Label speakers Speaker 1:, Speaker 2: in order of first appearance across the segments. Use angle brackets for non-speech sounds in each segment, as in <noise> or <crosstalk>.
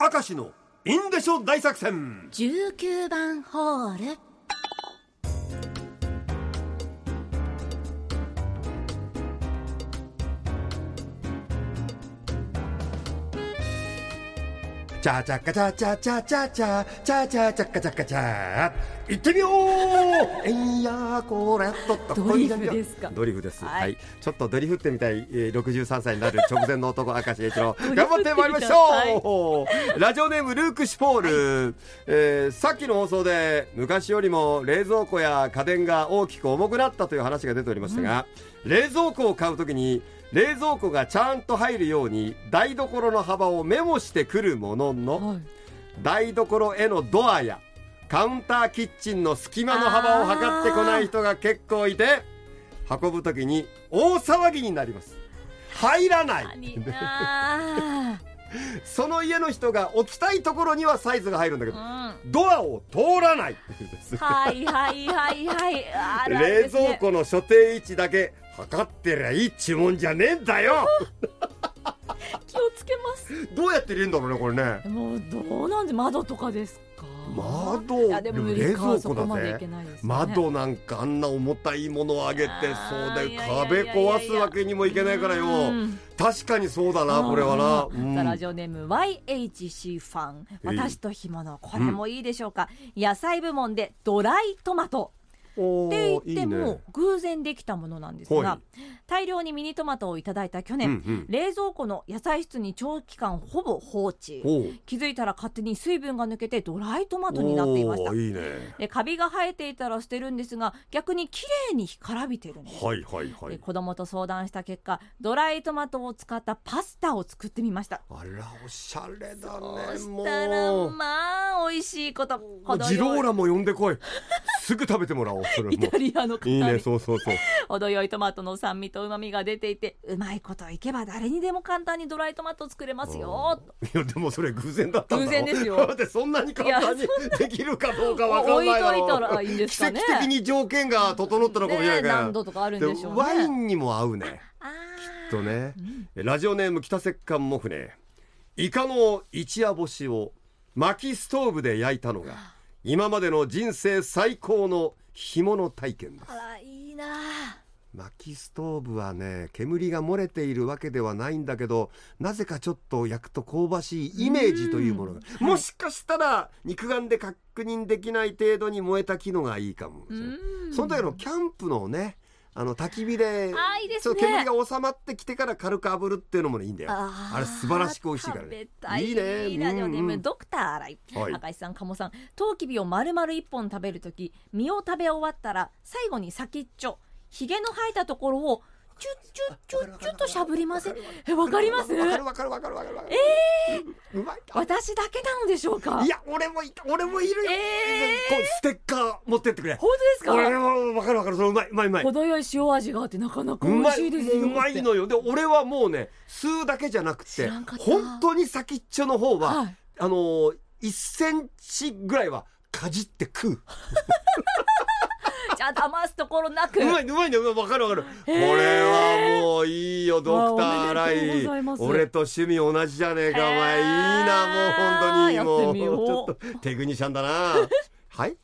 Speaker 1: 明石のインデショ大作戦
Speaker 2: 19番ホール
Speaker 1: チャチャカチャチャチャチャチャチャチャチャカチャカチャ行ってみよう <laughs> えいやーこれとっと
Speaker 2: ドリフですか
Speaker 1: ドリフです、
Speaker 2: は
Speaker 1: はいい、ちょっとドリフってみたい、えー、63歳になる直前の男明石栄一
Speaker 2: <laughs>
Speaker 1: 郎頑張ってまいりましょう、ラジオネームルーク・シュポール、えーさっきの放送で昔よりも冷蔵庫や家電が大きく重くなったという話が出ておりましたが、冷蔵庫を買うときに冷蔵庫がちゃんと入るように台所の幅をメモしてくるものの、
Speaker 2: はい
Speaker 1: 台所へのドアやカウンターキッチンの隙間の幅を測ってこない人が結構いて運ぶ時に大騒ぎになります入らな
Speaker 2: あ
Speaker 1: い
Speaker 2: にあ
Speaker 1: その家の人が置きたいところにはサイズが入るんだけ
Speaker 2: ー
Speaker 1: ど
Speaker 2: うん
Speaker 1: ドアを通らない
Speaker 2: はいはいはいはいあ <laughs> ーなん
Speaker 1: 冷
Speaker 2: ですね
Speaker 1: 蔵庫の所定位置だけ測ってりゃいいっちゅうもんじゃねえんだ
Speaker 2: <laughs>
Speaker 1: よ
Speaker 2: 気をつけます
Speaker 1: どうやって入れるんだろうねこれね
Speaker 2: もうどうなんで窓とかですか
Speaker 1: 窓
Speaker 2: いやでも無
Speaker 1: 冷
Speaker 2: 理
Speaker 1: 蔵
Speaker 2: か
Speaker 1: 庫
Speaker 2: そこ
Speaker 1: だ
Speaker 2: まで
Speaker 1: ぜ
Speaker 2: いけないですね
Speaker 1: 窓なんかあんな重たいものを上げて
Speaker 2: あー
Speaker 1: そう
Speaker 2: い
Speaker 1: で
Speaker 2: やいやいや
Speaker 1: 壁
Speaker 2: いや
Speaker 1: 壊すわけにもいけないから
Speaker 2: う
Speaker 1: よ
Speaker 2: ん
Speaker 1: 確かにそうだなこれは
Speaker 2: うんさ
Speaker 1: な、
Speaker 2: あ
Speaker 1: う
Speaker 2: ラ
Speaker 1: ん
Speaker 2: ジオネーム YHC ファン
Speaker 1: えい
Speaker 2: 私と干物これもいいでしょうか、野菜部門でドライトマト
Speaker 1: お
Speaker 2: って
Speaker 1: ーい
Speaker 2: 言って
Speaker 1: いね
Speaker 2: も偶然できたものなんです
Speaker 1: は
Speaker 2: が
Speaker 1: い
Speaker 2: 大量にミニトマトをいただいた去
Speaker 1: うん
Speaker 2: 年、
Speaker 1: うん
Speaker 2: 冷蔵庫の野菜室に長期間ほぼ放置
Speaker 1: おー
Speaker 2: 気づいたら勝手に水分が抜けてドライトマトになっていました
Speaker 1: おーいいね
Speaker 2: でカビが生えていたら捨てるんですが逆に綺麗に干からびてるんです、
Speaker 1: はいはいは
Speaker 2: で
Speaker 1: い
Speaker 2: 子供と相談した結果ドライトマトを使ったパスタを作ってみました
Speaker 1: あらおしゃれだ
Speaker 2: そ
Speaker 1: ねも
Speaker 2: したら
Speaker 1: う
Speaker 2: まあ美味しいこと
Speaker 1: もうジロー
Speaker 2: い
Speaker 1: ラも呼んでこいすぐ食べてもらおうそれも
Speaker 2: イタリアの方に
Speaker 1: いいねそうそうそう
Speaker 2: 程よいトマトの酸味と旨味が出ていてうまいこといけば誰にでも簡単にドライトマト作れますよ
Speaker 1: いやでもそれ偶然だったんだろ
Speaker 2: 偶然ですよ
Speaker 1: だってそんなに簡単にできるかどうかわか
Speaker 2: 置
Speaker 1: ん
Speaker 2: い
Speaker 1: ないだ
Speaker 2: と
Speaker 1: ろ
Speaker 2: いたらいいんです
Speaker 1: 奇
Speaker 2: かね
Speaker 1: 跡的に条件が整ったのかもしれないか
Speaker 2: ねえ
Speaker 1: ら、
Speaker 2: 何度とかあるんでしょうね
Speaker 1: ワインにも合うね
Speaker 2: あー
Speaker 1: とね
Speaker 2: うん
Speaker 1: ラジオネーム北摂関も船イカの一夜干しを薪ストーブで焼いたのが今までの人生最高の干物体験です
Speaker 2: あらいいな
Speaker 1: 薪ストーブはね煙が漏れているわけではないんだけどなぜかちょっと焼くと香ばしいイメージというものが
Speaker 2: うん
Speaker 1: もしかしたら肉眼で確認できない程度に燃えた機能がいいかもしれないその時のキャンプのねあの焚き火で
Speaker 2: あーいいです
Speaker 1: そ
Speaker 2: ね
Speaker 1: う煙が収まってきてから軽く炙るっていうのもねいいんだよ
Speaker 2: あー
Speaker 1: あれ素晴らしく美味しいからね
Speaker 2: 食べたい
Speaker 1: いいね
Speaker 2: ラジオネーム、
Speaker 1: うんうん
Speaker 2: ドクター新井、
Speaker 1: はい
Speaker 2: 赤石さん鴨さんトウキビを丸々一本食べるとき身を食べ終わったら最後に先っちょひげの生えたところをチュッチュッチュッチュッとしゃぶりませんえわかります
Speaker 1: わかるわかるわかるわかるわかるえうまいあ
Speaker 2: 私だけなのでしょうか
Speaker 1: いや俺もいた俺もいるよ、
Speaker 2: えー
Speaker 1: こうステッカー持ってってくれ
Speaker 2: 本当
Speaker 1: 俺
Speaker 2: ですか
Speaker 1: もわかるわかるそれうまいうまいうまい
Speaker 2: 程よい塩味があってなかなか
Speaker 1: う
Speaker 2: 美
Speaker 1: ま
Speaker 2: 味
Speaker 1: い
Speaker 2: しいですよ
Speaker 1: もううまいのよで俺はもうね吸うだけじゃなく
Speaker 2: 知
Speaker 1: て
Speaker 2: らんかった
Speaker 1: 本当に先っちょの方は、
Speaker 2: はい
Speaker 1: あのー、1センチぐらいはかじって食う
Speaker 2: じゃあ騙すところなく
Speaker 1: うまいうまいねわかるわかる、
Speaker 2: へー
Speaker 1: これはもういいよドクター
Speaker 2: わあおめで
Speaker 1: 新
Speaker 2: とうござい
Speaker 1: 井
Speaker 2: ます
Speaker 1: 俺と趣味同じじゃねえかお前
Speaker 2: へ
Speaker 1: いい
Speaker 2: ー
Speaker 1: なもう
Speaker 2: やっ
Speaker 1: 本当
Speaker 2: て
Speaker 1: に
Speaker 2: みよう
Speaker 1: もうちょっとテクニシャンだなはい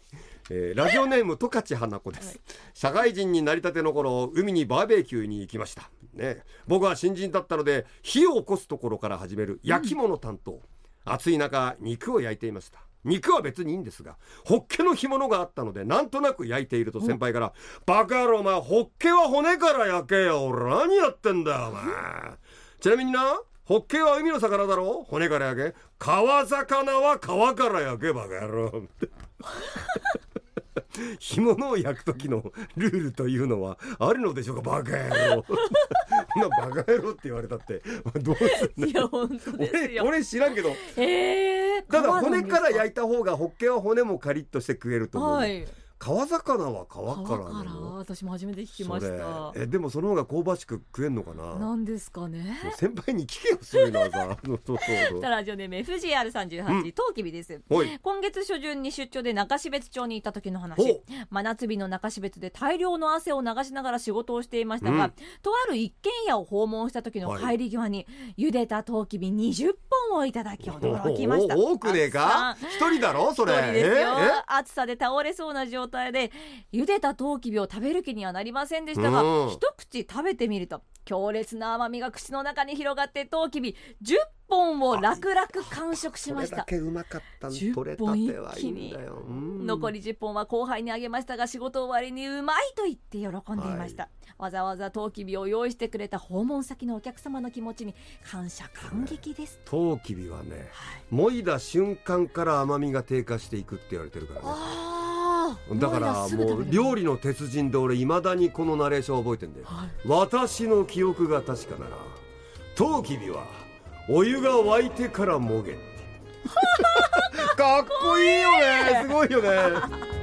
Speaker 1: えーラジオネーム十勝花子です、社会人になりたての頃海にバーベキューに行きましたね僕は新人だったので火を起こすところから始める焼き物担当、暑い中肉を焼いていました肉は別にいいんですがホッケの干物があったのでなんとなく焼いていると先輩から「バカ野郎お前ホッケは骨から焼けよ俺何やってんだよお前」ちなみになホッケは海の魚だろ骨から焼け川魚は皮から焼けバカ野郎 <laughs> 干物を焼く時のルールというのはあるのでしょうかバカ野郎 <laughs> なバカ野郎って言われたってどうすんの
Speaker 2: いや本当で
Speaker 1: <laughs>
Speaker 2: す
Speaker 1: 俺
Speaker 2: よ
Speaker 1: 俺知らんけど
Speaker 2: えー、
Speaker 1: ただ骨から
Speaker 2: い
Speaker 1: 焼いた方がホッケは骨もカリッとして食えると思う、
Speaker 2: はい
Speaker 1: 皮川魚は皮
Speaker 2: 皮
Speaker 1: から
Speaker 2: か
Speaker 1: な
Speaker 2: ら
Speaker 1: の
Speaker 2: 私も初めて聞き
Speaker 1: そ
Speaker 2: まし
Speaker 1: れ
Speaker 2: た
Speaker 1: えでもその方が香ばしく食えんのかな
Speaker 2: なんですかね
Speaker 1: もう先輩に聞けよそういうのはさそうそうそう
Speaker 2: さあラジオネーム FGR38 トウキビです
Speaker 1: おい
Speaker 2: 今月初旬に出張で中標津町に行った時の
Speaker 1: ほ
Speaker 2: 話
Speaker 1: う
Speaker 2: 真夏日の中標津で大量の汗を流しながら仕事をしていましたが、
Speaker 1: うん
Speaker 2: とある一軒家を訪問した時の
Speaker 1: はい
Speaker 2: 帰り際に、茹でたトウキビ20本をいただき驚きました
Speaker 1: おお多くねえか
Speaker 2: 暑さ
Speaker 1: 一人だろそれ
Speaker 2: 一人ですよ
Speaker 1: え
Speaker 2: 暑さで倒れそうな状態で茹でたトウキビを食べる気にはなりませんでしたが、
Speaker 1: うん
Speaker 2: 一口食べてみると強烈な甘みが口の中に広がってトウキビ10本を楽々完食し
Speaker 1: えこ
Speaker 2: ま
Speaker 1: れ
Speaker 2: し
Speaker 1: だ
Speaker 2: た
Speaker 1: けうまかったの
Speaker 2: 10
Speaker 1: 取れたてはいいんだようん
Speaker 2: 残り10本は後輩にあげましたが仕事終わりにうまいと言って喜んでいました、わざわざトウキビを用意してくれた訪問先のお客様の気持ちに感謝感激です、
Speaker 1: トウキビはね
Speaker 2: はい、
Speaker 1: もいだ瞬間から甘みが低下していくって言われてるからね
Speaker 2: あー
Speaker 1: だからもう料
Speaker 2: 理、
Speaker 1: 理の鉄人で俺いまだにこのナレーション覚えてんだよ
Speaker 2: はい
Speaker 1: 私の記憶が確かならトウキビはお湯が沸いてからもげってかっこいいよねすごいよね